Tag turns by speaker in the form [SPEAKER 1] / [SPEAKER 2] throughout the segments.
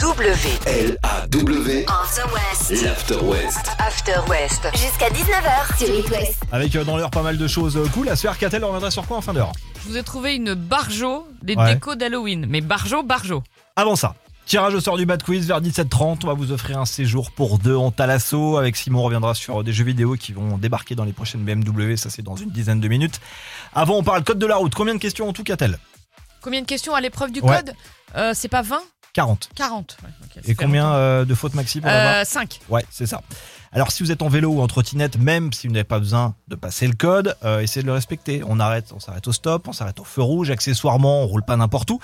[SPEAKER 1] W.
[SPEAKER 2] L-A-W,
[SPEAKER 3] After West.
[SPEAKER 2] l'After West.
[SPEAKER 1] After West.
[SPEAKER 3] Jusqu'à 19h sur It West.
[SPEAKER 4] Avec euh, dans l'heure pas mal de choses euh, cool. À se faire Catel, on reviendra sur quoi en fin d'heure
[SPEAKER 5] Je vous ai trouvé une barjo des
[SPEAKER 4] Ouais.
[SPEAKER 5] décos d'Halloween. Mais barjo, barjo.
[SPEAKER 4] Avant ça, tirage au sort du Bad Quiz vers 17h30. On va vous offrir un séjour pour deux en Talasso. Avec Simon, on reviendra sur euh, des jeux vidéo qui vont débarquer dans les prochaines BMW. Ça, c'est dans une dizaine de minutes. Avant, on parle code de la route. Combien de questions en tout, Catel
[SPEAKER 5] Combien de questions à l'épreuve du
[SPEAKER 4] Ouais.
[SPEAKER 5] code Euh, C'est pas 20
[SPEAKER 4] 40.
[SPEAKER 5] 40. Ouais, ok, ça
[SPEAKER 4] Et
[SPEAKER 5] fait
[SPEAKER 4] combien
[SPEAKER 5] longtemps.
[SPEAKER 4] euh, de fautes maxi pour avoir
[SPEAKER 5] euh, 5.
[SPEAKER 4] Ouais, c'est ça. Alors, si vous êtes en vélo ou en trottinette, même si vous n'avez pas besoin de passer le code, euh, essayez de le respecter. On arrête, on s'arrête au stop, on s'arrête au feu rouge, accessoirement, on roule pas n'importe où.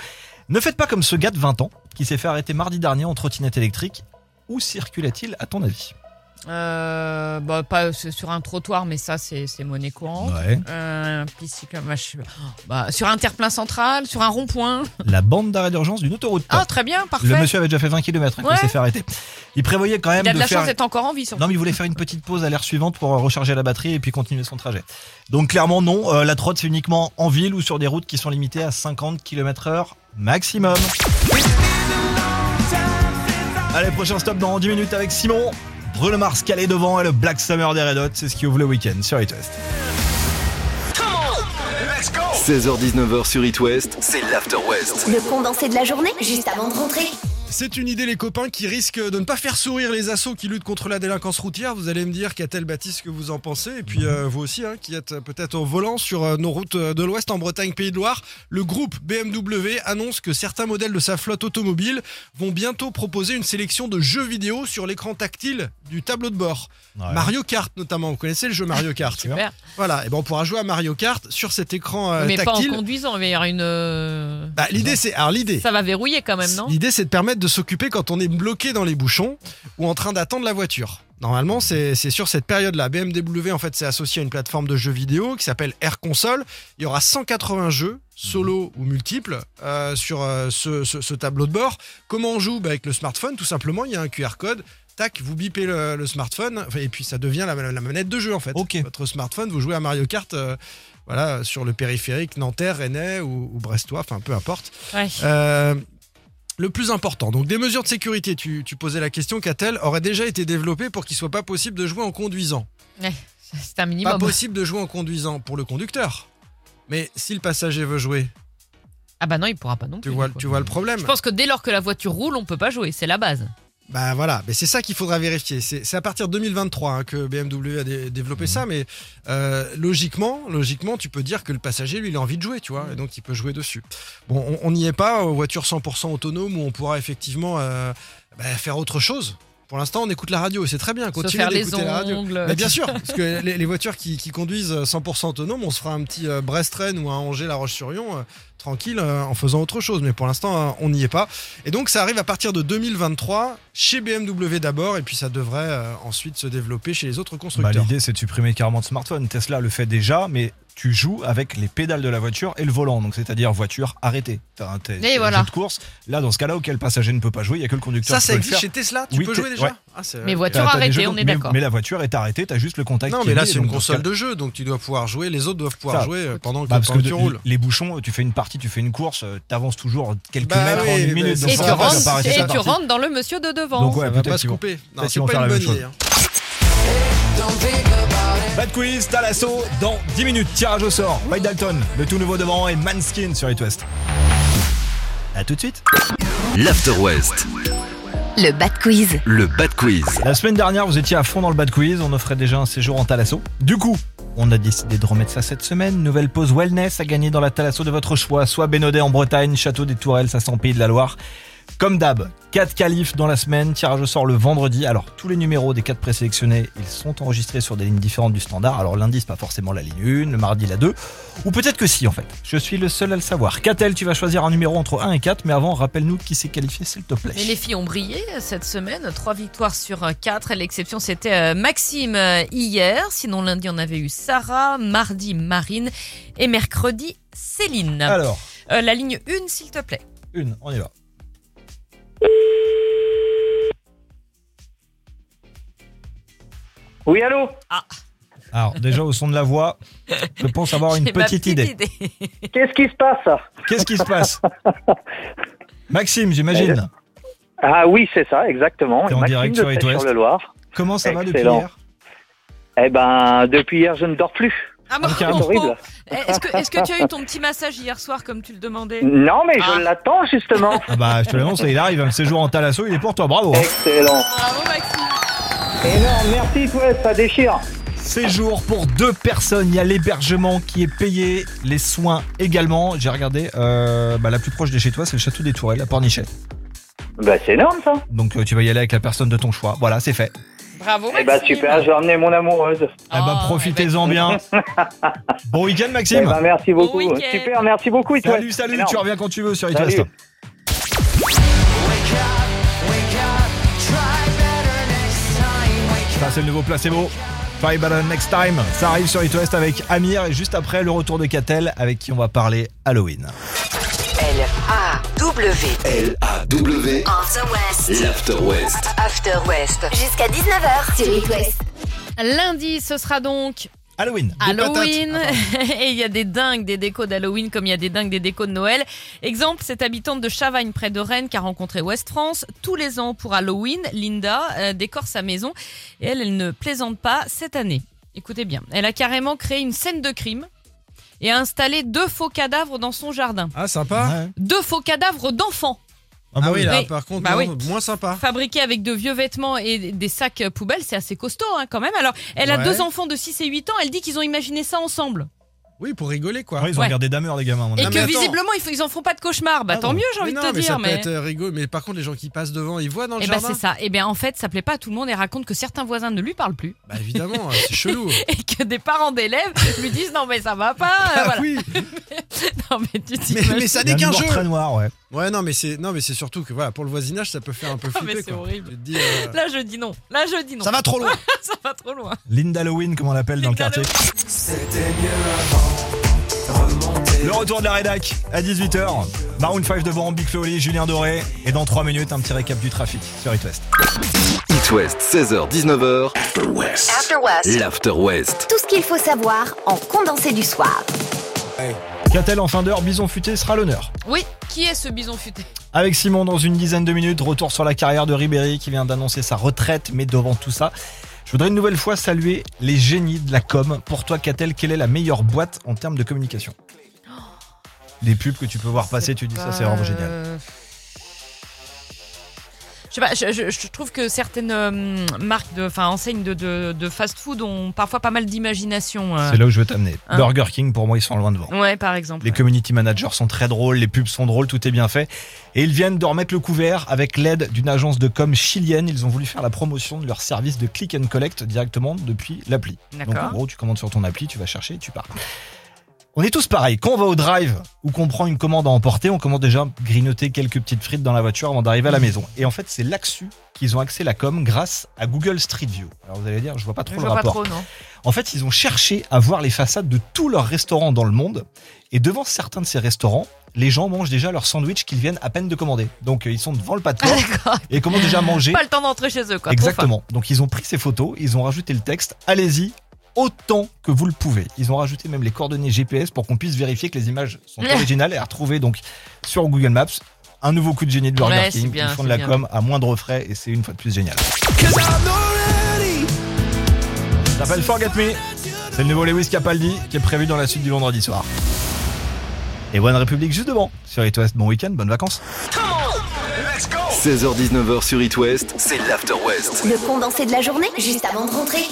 [SPEAKER 4] Ne faites pas comme ce gars de 20 ans qui s'est fait arrêter mardi dernier en trottinette électrique. Où circulait-il, à ton avis
[SPEAKER 5] Euh, bah, pas c'est sur un trottoir, mais ça, c'est c'est monnaie courante.
[SPEAKER 4] Ouais.
[SPEAKER 5] Euh, puis c'est comme- bah, je sais pas. Bah, sur un terre-plein central, sur un rond-point.
[SPEAKER 4] La bande d'arrêt d'urgence d'une autoroute.
[SPEAKER 5] Ah, très bien,
[SPEAKER 4] le
[SPEAKER 5] parfait.
[SPEAKER 4] monsieur avait déjà fait 20 km quand
[SPEAKER 5] Ouais.
[SPEAKER 4] il s'est fait arrêter. Il prévoyait quand même
[SPEAKER 5] Il a de la
[SPEAKER 4] faire...
[SPEAKER 5] chance d'être encore en vie, surtout.
[SPEAKER 4] Non, mais il voulait faire une petite pause à l'heure suivante pour recharger la batterie et puis continuer son trajet. Donc clairement non, euh, la trotte c'est uniquement en ville ou sur des routes qui sont limitées à 50 km/h maximum. Allez, prochain stop dans 10 minutes avec Simon. Bruno Mars calé devant et le Black Summer des Red Hot, c'est ce qui ouvre le week-end sur It West.
[SPEAKER 2] 16h-19h sur It West, c'est l'After West.
[SPEAKER 3] Le condensé de la journée, juste avant de rentrer.
[SPEAKER 6] C'est une idée, les copains, qui risque de ne pas faire sourire les assos qui luttent contre la délinquance routière. Vous allez me dire, qu'a-t-elle bâti ce que vous en pensez Et puis, euh, vous aussi, hein, qui êtes euh, peut-être au volant sur euh, nos routes euh, de l'Ouest, en Bretagne, Pays de Loire, le groupe BMW annonce que certains modèles de sa flotte automobile vont bientôt proposer une sélection de jeux vidéo sur l'écran tactile du tableau de bord.
[SPEAKER 4] Bah,
[SPEAKER 6] Mario Kart, notamment. Vous connaissez le jeu Mario Kart
[SPEAKER 5] Super.
[SPEAKER 6] Voilà, et ben on pourra jouer à Mario Kart sur cet écran euh,
[SPEAKER 5] mais pas en
[SPEAKER 6] tactile.
[SPEAKER 5] conduisant, il va y avoir une. euh,
[SPEAKER 6] Bah, l'idée, c'est. Alors, l'idée.
[SPEAKER 5] Ça va verrouiller quand même, non
[SPEAKER 6] L'idée, c'est de permettre de s'occuper quand on est bloqué dans les bouchons ou en train d'attendre la voiture. Normalement, c'est c'est sur cette période-là. BMW, en fait, s'est associé à une plateforme de jeux vidéo qui s'appelle Air Console. Il y aura 180 jeux, solo ou multiples, euh, sur euh, ce, ce- ce tableau de bord. Comment on joue Bah, Avec le smartphone, tout simplement, il y a un QR code. Tac, vous bipez le, le smartphone, enfin, et puis ça devient la, la manette de jeu, en fait.
[SPEAKER 4] Ok.
[SPEAKER 6] Votre smartphone, vous jouez à Mario Kart, euh, voilà, sur le périphérique nanterre, rennais ou- ou brestois, enfin, peu importe.
[SPEAKER 5] Ouais.
[SPEAKER 6] Euh, le plus important, donc des mesures de sécurité, tu, tu posais la question, qu'a-t-elle aurait déjà été développée pour qu'il soit pas possible de jouer en conduisant
[SPEAKER 5] Ouais, C'est un
[SPEAKER 6] Pas
[SPEAKER 5] minimum.
[SPEAKER 6] possible de jouer en conduisant pour le conducteur. Mais si le passager veut jouer,
[SPEAKER 5] Ah bah non, il pourra pas non
[SPEAKER 6] tu
[SPEAKER 5] plus,
[SPEAKER 6] vois,
[SPEAKER 5] du coup.
[SPEAKER 6] tu vois le problème.
[SPEAKER 5] Je pense que dès lors que la voiture roule, on peut pas jouer. C'est la base.
[SPEAKER 6] Bah voilà, mais c'est ça qu'il faudra vérifier. C'est c'est à partir de 2023 hein, que BMW a dé- développé
[SPEAKER 5] Mhm.
[SPEAKER 6] ça, mais euh, logiquement, logiquement, tu peux dire que le passager, lui, il a envie de jouer, tu vois,
[SPEAKER 5] Mhm.
[SPEAKER 6] et donc il peut jouer dessus. Bon, on- on n'y est pas aux voitures 100% autonomes où on pourra effectivement euh, bah, faire autre chose. Pour l'instant, on écoute la radio et c'est très bien.
[SPEAKER 5] Se
[SPEAKER 6] Continuez
[SPEAKER 5] faire les
[SPEAKER 6] d'écouter la radio.
[SPEAKER 5] ongles.
[SPEAKER 6] Mais bien sûr, parce que les, les voitures qui, qui conduisent euh, 100% autonomes, on se fera un petit euh, Brest-Rennes ou un Angers-La Roche-sur-Yon euh, tranquille euh, en faisant autre chose. Mais pour l'instant, euh, on n'y est pas. Et donc, ça arrive à partir de 2023 chez BMW d'abord, et puis ça devrait euh, ensuite se développer chez les autres
[SPEAKER 4] Bah,
[SPEAKER 6] constructeurs.
[SPEAKER 4] L'idée c'est de supprimer carrément de smartphone. Tesla le fait déjà, mais tu joues avec les pédales de la voiture et le volant, donc c'est-à-dire voiture arrêtée. T'as un test euh,
[SPEAKER 5] Et voilà.
[SPEAKER 4] de course. Là, dans ce cas-là, auquel passager ne peut pas jouer, il y a que le conducteur
[SPEAKER 6] ça,
[SPEAKER 4] qui
[SPEAKER 6] ça
[SPEAKER 4] peut le faire.
[SPEAKER 6] existe chez Tesla. Tu
[SPEAKER 4] Oui,
[SPEAKER 6] peux
[SPEAKER 4] t'es-
[SPEAKER 6] jouer
[SPEAKER 4] ouais.
[SPEAKER 6] déjà Ah, c'est-
[SPEAKER 5] Mais
[SPEAKER 4] T'as-
[SPEAKER 5] voiture
[SPEAKER 4] t'as des
[SPEAKER 5] arrêtée,
[SPEAKER 4] jeux,
[SPEAKER 5] on
[SPEAKER 4] donc-
[SPEAKER 5] est
[SPEAKER 4] mais-
[SPEAKER 5] d'accord.
[SPEAKER 4] Mais la voiture est arrêtée, t'as juste le contact.
[SPEAKER 6] Non,
[SPEAKER 4] qui
[SPEAKER 6] mais
[SPEAKER 4] est
[SPEAKER 6] là,
[SPEAKER 4] lié,
[SPEAKER 6] c'est une
[SPEAKER 4] donc, dans ce
[SPEAKER 6] console
[SPEAKER 4] cas-
[SPEAKER 6] de jeu, donc tu dois pouvoir jouer. Les autres doivent pouvoir
[SPEAKER 4] Ça.
[SPEAKER 6] jouer euh, pendant que
[SPEAKER 4] Bah, parce
[SPEAKER 6] pendant
[SPEAKER 4] que
[SPEAKER 6] que tu
[SPEAKER 4] de-
[SPEAKER 6] roules.
[SPEAKER 4] les bouchons, tu fais une partie, tu fais une course, euh, t'avances toujours quelques
[SPEAKER 6] Bah
[SPEAKER 4] mètres
[SPEAKER 6] oui,
[SPEAKER 4] en une
[SPEAKER 6] mais
[SPEAKER 4] minute.
[SPEAKER 6] c'est
[SPEAKER 4] donc
[SPEAKER 5] Et
[SPEAKER 6] ça
[SPEAKER 5] tu,
[SPEAKER 4] ça va pas
[SPEAKER 6] passe
[SPEAKER 5] rentres,
[SPEAKER 6] par
[SPEAKER 4] s'arrêter,
[SPEAKER 5] et
[SPEAKER 4] ça
[SPEAKER 5] tu
[SPEAKER 4] parti.
[SPEAKER 5] rentres dans le monsieur de devant.
[SPEAKER 4] Donc ouais,
[SPEAKER 6] Ça va
[SPEAKER 4] peut-être
[SPEAKER 6] pas se
[SPEAKER 4] qu'ils vont-
[SPEAKER 6] couper. Non,
[SPEAKER 4] peut-être
[SPEAKER 6] c'est
[SPEAKER 4] qu'ils vont
[SPEAKER 6] pas
[SPEAKER 4] faire
[SPEAKER 6] une
[SPEAKER 4] la
[SPEAKER 6] bonne
[SPEAKER 4] même chose.
[SPEAKER 6] idée. hein.
[SPEAKER 4] Pas de quiz, t'as l'assaut dans 10 minutes. Tirage au sort. Ray Dalton, le tout nouveau devant et Manskin sur It West. A tout de suite.
[SPEAKER 2] L'After West,
[SPEAKER 3] Le Bad Quiz.
[SPEAKER 2] le Bad Quiz.
[SPEAKER 4] La semaine dernière, vous étiez à fond dans le bad quiz. On offrait déjà un séjour en Thalasso. Du coup, on a décidé de remettre ça cette semaine. Nouvelle pause wellness à gagner dans la Thalasso de votre choix. Soit Bénodet en Bretagne, Château des Tourelles, ça sent Pays de la Loire. Comme d'hab, 4 qualifs dans la semaine, tirage au sort le vendredi. Alors, tous les numéros des 4 présélectionnés, ils sont enregistrés sur des lignes différentes du standard. Alors, lundi, c'est pas forcément la ligne 1, le mardi, la 2. Ou peut-être que si, en fait. Je suis le seul à le savoir. Catel, tu vas choisir un numéro entre 1 et 4, mais avant, rappelle-nous qui s'est qualifié, s'il te plaît.
[SPEAKER 5] Mais les filles ont brillé cette semaine, trois victoires sur euh, quatre. L'exception, c'était euh, Maxime euh, hier. Sinon, lundi, on avait eu Sarah, mardi, Marine et mercredi, Céline.
[SPEAKER 4] Alors,
[SPEAKER 5] Euh, la ligne 1, s'il te plaît.
[SPEAKER 4] une, on y va.
[SPEAKER 7] Oui, allô
[SPEAKER 4] Alors, déjà, au son de la voix, je pense avoir Oh, une
[SPEAKER 5] J'ai ma
[SPEAKER 4] petite idée.
[SPEAKER 7] Qu'est-ce qui se passe
[SPEAKER 4] Qu'est-ce qui se passe Maxime, j'imagine.
[SPEAKER 1] Ah oui, c'est ça, exactement.
[SPEAKER 4] T'es en
[SPEAKER 1] Maxime
[SPEAKER 4] direct
[SPEAKER 1] de
[SPEAKER 4] sur It West.
[SPEAKER 1] le Loir.
[SPEAKER 4] Comment ça va depuis
[SPEAKER 1] Excellent.
[SPEAKER 4] hier
[SPEAKER 1] Eh ben, depuis hier, je ne dors plus.
[SPEAKER 5] Ah, moi,
[SPEAKER 4] Ok.
[SPEAKER 5] je
[SPEAKER 1] C'est
[SPEAKER 5] comprends.
[SPEAKER 1] horrible.
[SPEAKER 5] Eh, Est-ce que, est-ce que tu as eu ton petit massage hier soir comme tu le demandais
[SPEAKER 1] Non, mais
[SPEAKER 5] Ah.
[SPEAKER 1] je l'attends justement.
[SPEAKER 4] Ah bah je te l'annonce, il arrive, un séjour en Talasso, il est pour toi, bravo hein.
[SPEAKER 1] Excellent.
[SPEAKER 5] Bravo Ah, Maxime
[SPEAKER 1] Énorme, merci toi, ça déchire.
[SPEAKER 4] Séjour pour deux personnes, il y a l'hébergement qui est payé, les soins également. J'ai regardé, euh, bah, la plus proche de chez toi c'est le château des Tourelles, à Pornichet.
[SPEAKER 1] Bah, c'est énorme ça.
[SPEAKER 4] Donc euh, tu vas y aller avec la personne de ton choix, voilà c'est fait.
[SPEAKER 5] Bravo
[SPEAKER 1] Eh
[SPEAKER 5] Maxime
[SPEAKER 1] ben, super, je vais emmener mon amoureuse.
[SPEAKER 4] Eh bah
[SPEAKER 5] Oh,
[SPEAKER 4] profitez-en bien Bon week-end
[SPEAKER 1] Eh
[SPEAKER 4] Maxime
[SPEAKER 1] ben, merci
[SPEAKER 5] Bon
[SPEAKER 1] beaucoup.
[SPEAKER 5] week-end.
[SPEAKER 1] super, merci beaucoup, It
[SPEAKER 4] Salut
[SPEAKER 1] West.
[SPEAKER 4] salut,
[SPEAKER 1] Énorme.
[SPEAKER 4] tu reviens quand tu veux sur It
[SPEAKER 1] Salut.
[SPEAKER 4] West. Ça c'est le nouveau placebo. Try better next time. Ça arrive sur It West avec Amir et juste après le retour de Catel avec qui on va parler Halloween.
[SPEAKER 7] L-A-W.
[SPEAKER 2] L-A-W,
[SPEAKER 3] On the West.
[SPEAKER 2] l'After West.
[SPEAKER 7] After West.
[SPEAKER 3] Jusqu'à 19h sur It West.
[SPEAKER 5] Lundi, ce sera donc
[SPEAKER 4] Halloween.
[SPEAKER 5] Halloween.
[SPEAKER 4] Ah,
[SPEAKER 5] Et il y a des dingues, des décos d'Halloween comme il y a des dingues, des décos de Noël. Exemple, cette habitante de Chavagne près de Rennes qui a rencontré West France tous les ans pour Halloween, Linda euh, décore sa maison et elle, elle ne plaisante pas cette année. Écoutez bien, elle a carrément créé une scène de crime et a installé deux faux cadavres dans son jardin.
[SPEAKER 6] Ah, sympa.
[SPEAKER 4] Ouais.
[SPEAKER 5] Deux faux cadavres d'enfants.
[SPEAKER 4] Ah
[SPEAKER 6] Ah oui, là,
[SPEAKER 5] Oui.
[SPEAKER 6] par contre,
[SPEAKER 5] Bah
[SPEAKER 6] non, moins sympa.
[SPEAKER 5] fabriquée avec de vieux vêtements et des sacs poubelles, c'est assez costaud hein, quand même. Alors, elle a
[SPEAKER 6] Ouais.
[SPEAKER 5] deux enfants de 6 et 8 ans, elle dit qu'ils ont imaginé ça ensemble.
[SPEAKER 6] Oui, pour rigoler, quoi.
[SPEAKER 4] Après, ils ont
[SPEAKER 5] Ouais.
[SPEAKER 4] regardé Damer, les gamins. à mon
[SPEAKER 5] Et
[SPEAKER 4] avis.
[SPEAKER 6] mais
[SPEAKER 5] que
[SPEAKER 6] attends.
[SPEAKER 5] visiblement, ils, f- ils en font pas de cauchemar. Bah
[SPEAKER 6] Ah
[SPEAKER 5] tant
[SPEAKER 6] bon.
[SPEAKER 5] mieux, j'ai envie
[SPEAKER 6] Mais
[SPEAKER 5] de te
[SPEAKER 6] non, mais
[SPEAKER 5] dire.
[SPEAKER 6] Ça peut être euh, rigolo, mais par contre, les gens qui passent devant, ils voient dans le
[SPEAKER 5] Et bah
[SPEAKER 6] jardin.
[SPEAKER 5] c'est ça. Et bien en fait, ça plaît pas à tout le monde et raconte que certains voisins ne lui parlent plus
[SPEAKER 6] Bah évidemment, euh, c'est chelou.
[SPEAKER 5] et que des parents d'élèves lui disent non mais ça va pas. euh,
[SPEAKER 6] Ah
[SPEAKER 5] voilà.
[SPEAKER 6] oui,
[SPEAKER 5] Non mais tu
[SPEAKER 6] mais,
[SPEAKER 5] t'imagines.
[SPEAKER 6] mais ça
[SPEAKER 4] Il y a
[SPEAKER 6] n'est
[SPEAKER 4] un
[SPEAKER 6] qu'un
[SPEAKER 4] humour
[SPEAKER 6] jeu.
[SPEAKER 4] très noir, ouais.
[SPEAKER 6] Ouais, non, mais c'est non, mais c'est surtout que voilà, pour le voisinage, ça peut faire un peu
[SPEAKER 5] Ah, mais
[SPEAKER 6] flipper.
[SPEAKER 5] c'est
[SPEAKER 6] quoi.
[SPEAKER 5] horrible.
[SPEAKER 6] Tu te dis, euh,
[SPEAKER 5] Là je dis non. Là je dis non.
[SPEAKER 6] ça va trop loin.
[SPEAKER 5] Ça va trop loin.
[SPEAKER 4] Linda Halloween, comme on l'appelle dans le
[SPEAKER 5] Linda
[SPEAKER 4] quartier. Le retour de la rédac à 18h. Maroon 5 devant Big Flo Oli, Julien Doré. Et dans 3 minutes, un petit récap du trafic sur It West.
[SPEAKER 2] It West, 16h-19h,
[SPEAKER 7] After West.
[SPEAKER 2] l'After West.
[SPEAKER 3] Tout ce qu'il faut savoir en condensé du soir.
[SPEAKER 4] Catel en fin d'heure, Bison Futé sera à l'honneur.
[SPEAKER 5] Oui. Qui est ce bison futé
[SPEAKER 4] Avec Simon dans une dizaine de minutes, retour sur la carrière de Ribéry qui vient d'annoncer sa retraite. Mais devant tout ça, je voudrais une nouvelle fois saluer les génies de la com. Pour toi, Catel, quelle est la meilleure boîte en termes de communication Les pubs que tu peux
[SPEAKER 6] Oh,
[SPEAKER 4] voir
[SPEAKER 6] bah,
[SPEAKER 4] passer, tu dis ça, c'est vraiment génial.
[SPEAKER 5] Euh, Je sais pas, je, je- je trouve que certaines euh, marques, de, enfin enseignes de, de, de fast-food ont parfois pas mal d'imagination. euh.
[SPEAKER 4] C'est là où je veux t'amener.
[SPEAKER 5] Hein.
[SPEAKER 4] Burger King, pour moi, ils sont loin devant.
[SPEAKER 5] Ouais, par exemple.
[SPEAKER 4] Les community managers sont très drôles, les pubs sont drôles, tout est bien fait. Et ils viennent de remettre le couvert avec l'aide d'une agence de com chilienne. Ils ont voulu faire la promotion de leur service de click and collect directement depuis l'appli. Donc en
[SPEAKER 5] D'accord.
[SPEAKER 4] gros, tu commandes sur ton appli, tu vas chercher, tu pars. On est tous pareils. Quand on va au drive ou qu'on prend une commande à emporter, on commence déjà à grignoter quelques petites frites dans la voiture avant d'arriver à la maison. Et en fait, c'est là-dessus qu'ils ont axé la com grâce à Google Street View. Alors vous allez dire, je vois pas
[SPEAKER 5] Je
[SPEAKER 4] trop le
[SPEAKER 5] vois pas
[SPEAKER 4] rapport.
[SPEAKER 5] trop, non.
[SPEAKER 4] En fait, ils ont cherché à voir les façades de tous leurs restaurants dans le monde. Et devant certains de ces restaurants, les gens mangent déjà leurs sandwichs qu'ils viennent à peine de commander. Donc euh, ils sont devant le pas de
[SPEAKER 5] Ah,
[SPEAKER 4] corps
[SPEAKER 5] D'accord.
[SPEAKER 4] et commencent déjà à manger.
[SPEAKER 5] Pas le temps d'entrer chez eux, quoi. Trop
[SPEAKER 4] Exactement. Donc ils ont pris ces photos, ils ont rajouté le texte. Allez-y autant que vous le pouvez. Ils ont rajouté même les coordonnées GPS pour qu'on puisse vérifier que les images sont originales et à retrouver donc sur Google Maps. Un nouveau coup de génie de Burger
[SPEAKER 5] Ouais, c'est
[SPEAKER 4] King.
[SPEAKER 5] bien,
[SPEAKER 4] Ils font de
[SPEAKER 5] c'est
[SPEAKER 4] la
[SPEAKER 5] bien.
[SPEAKER 4] com à moindre frais et c'est une fois de plus génial. Ça s'appelle Forget Me. C'est le nouveau Lewis Capaldi qui est prévu dans la suite du vendredi soir. Et One Republic juste devant. Sur It West, bon week-end, bonnes vacances.
[SPEAKER 2] 16h-19h sur It West, c'est l'After West.
[SPEAKER 3] Le condensé de la journée juste avant de rentrer.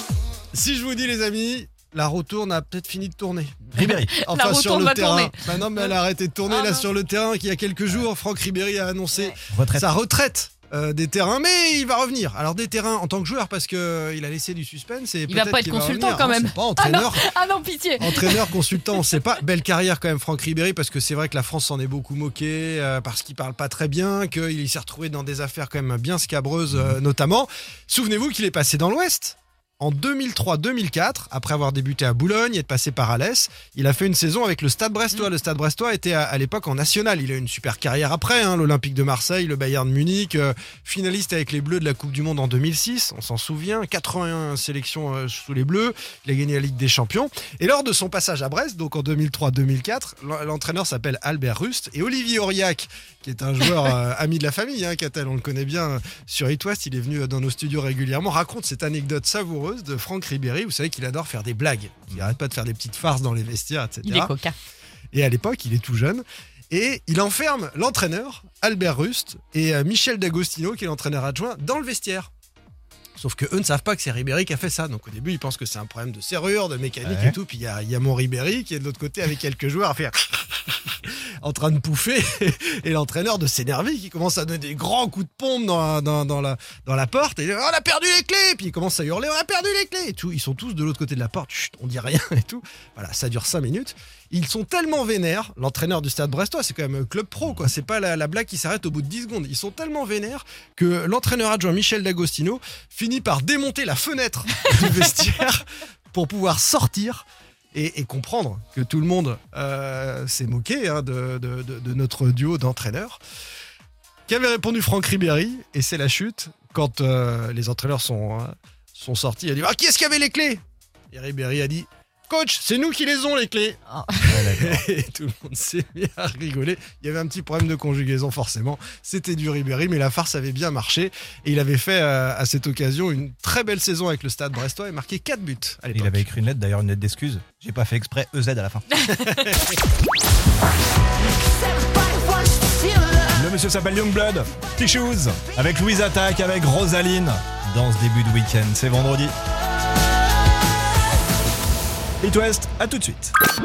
[SPEAKER 6] Si je vous dis, les amis, la roue tourne a peut-être fini de tourner.
[SPEAKER 4] Ribéry.
[SPEAKER 6] Enfin,
[SPEAKER 5] roue
[SPEAKER 6] sur
[SPEAKER 5] tourne
[SPEAKER 6] le
[SPEAKER 5] va
[SPEAKER 6] terrain.
[SPEAKER 5] tourner.
[SPEAKER 6] Bah non, mais elle a arrêté de tourner
[SPEAKER 5] Ah,
[SPEAKER 6] là
[SPEAKER 5] mince.
[SPEAKER 6] sur le terrain. Il y a quelques jours, Franck Ribéry a annoncé
[SPEAKER 4] Retraite.
[SPEAKER 6] sa retraite. euh, des terrains, mais il va revenir. Alors des terrains en tant que joueur parce que euh, il a laissé du suspense et
[SPEAKER 5] Il va
[SPEAKER 6] peut-être
[SPEAKER 5] pas être
[SPEAKER 6] qu'il
[SPEAKER 5] consultant,
[SPEAKER 6] revenir.
[SPEAKER 5] quand
[SPEAKER 6] On
[SPEAKER 5] même.
[SPEAKER 6] sait Pas entraîneur,
[SPEAKER 5] fort. Ah non, pitié.
[SPEAKER 6] Entraîneur, consultant, on sait pas. Belle carrière quand même, Franck Ribéry, parce que c'est vrai que la France s'en est beaucoup moquée, euh, parce qu'il parle pas très bien, qu'il s'est retrouvé dans des affaires quand même bien scabreuses, euh, notamment. Souvenez-vous qu'il est passé dans l'Ouest. En 2003-2004, après avoir débuté à Boulogne et être passé par Alès, il a fait une saison avec le Stade Brestois. Le Stade Brestois était à, à l'époque en national. Il a eu une super carrière après, hein, l'Olympique de Marseille, le Bayern de Munich, euh, finaliste avec les Bleus de la Coupe du Monde en 2006, on s'en souvient, 81 sélections euh, sous les Bleus, il a gagné la Ligue des Champions. Et lors de son passage à Brest, donc en 2003-2004, l'en- l'entraîneur s'appelle Albert Rust et Olivier Auriac, qui est un joueur euh, ami de la famille, hein, Catel, on le connaît bien euh, sur It West, il est venu euh, dans nos studios régulièrement, raconte cette anecdote savoureuse de Franck Ribéry, vous savez qu'il adore faire des blagues, il arrête pas de faire des petites farces dans les vestiaires, etc.
[SPEAKER 5] Il est coca.
[SPEAKER 6] Et à l'époque, il est tout jeune. Et il enferme l'entraîneur, Albert Rust, et euh, Michel D'Agostino, qui est l'entraîneur adjoint, dans le vestiaire. Sauf que eux ne savent pas que c'est Ribéry qui a fait ça. Donc au début, ils pensent que c'est un problème de serrure, de mécanique
[SPEAKER 4] Ouais.
[SPEAKER 6] et tout. Puis il y a, il y a mon Ribéry qui est de l'autre côté avec quelques joueurs à faire en train de pouffer. Et l'entraîneur de s'énerver qui commence à donner des grands coups de pompe dans, la- dans- dans la, dans la porte. Et il dit, on a perdu les clés. Puis il commence à hurler on a perdu les clés. Et tout. Ils sont tous de l'autre côté de la porte. Chut, on dit rien et tout. Voilà, ça dure 5 minutes. Ils sont tellement vénères, l'entraîneur du Stade Brestois, c'est quand même un club pro, quoi. C'est pas la, la blague qui s'arrête au bout de 10 secondes. Ils sont tellement vénères que l'entraîneur adjoint Michel D'Agostino finit par démonter la fenêtre du vestiaire pour pouvoir sortir et, et comprendre que tout le monde euh, s'est moqué hein, de, de- de- de notre duo d'entraîneurs. Qu'avait répondu Franck Ribéry Et c'est la chute quand euh, les entraîneurs sont, euh, sont sortis. Il a dit Ah, qui est-ce qui avait les clés Et Ribéry a dit Coach, c'est nous qui les ont les clés
[SPEAKER 5] Oh.
[SPEAKER 6] Et tout le monde s'est mis à rigoler. Il y avait un petit problème de conjugaison, forcément. C'était du Ribéry, mais la farce avait bien marché. Et il avait fait euh, à cette occasion une très belle saison avec le stade brestois et marqué 4 buts à l'époque.
[SPEAKER 4] Il avait écrit une lettre, d'ailleurs une lettre d'excuse. J'ai pas fait exprès, EZ à la fin. Le monsieur s'appelle Youngblood, Petit Shoes, avec Louise Attaque, avec Rosaline, dans ce début de week-end. C'est vendredi. It West, à tout de suite.